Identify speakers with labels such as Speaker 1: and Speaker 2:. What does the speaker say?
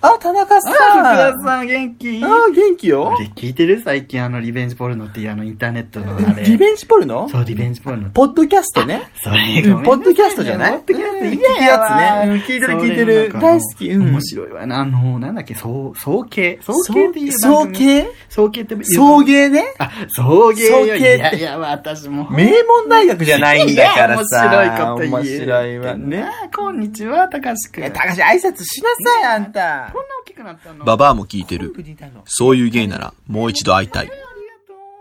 Speaker 1: 田中さん。
Speaker 2: ああ、福田さん元気
Speaker 1: ああ、元気よ
Speaker 2: あ。れ聞いてる最近あのリベンジポルノっていうあのインターネットのあれ。
Speaker 1: リベンジポルノ
Speaker 2: そう、リベンジポルノ。
Speaker 1: ポッドキャストね。
Speaker 2: それ
Speaker 1: うんポッドキャストじゃない
Speaker 2: ポッドキャストいい
Speaker 1: いいやつねうん聞いてる聞いてる大好きうん
Speaker 2: 面白いわな。あの、なんだっけ、そう、総計。総計っていう
Speaker 1: 総計
Speaker 2: 総計って言う
Speaker 1: 送迎ね。
Speaker 2: あ、送迎
Speaker 1: 送迎
Speaker 2: よ。
Speaker 1: っ
Speaker 2: い
Speaker 1: て
Speaker 2: やいや、私も。
Speaker 1: 名門大学じゃないんだからさ。
Speaker 2: いや面白いこと言え
Speaker 1: 面白いわね。
Speaker 2: ね。こんにちは、高橋くん。
Speaker 1: え、高橋挨拶しなさい、あんた
Speaker 2: こ。んな大きくなったの
Speaker 3: ババアも聞いてる。
Speaker 1: 本部にいたの
Speaker 3: そういうゲイならもう一度会いたい。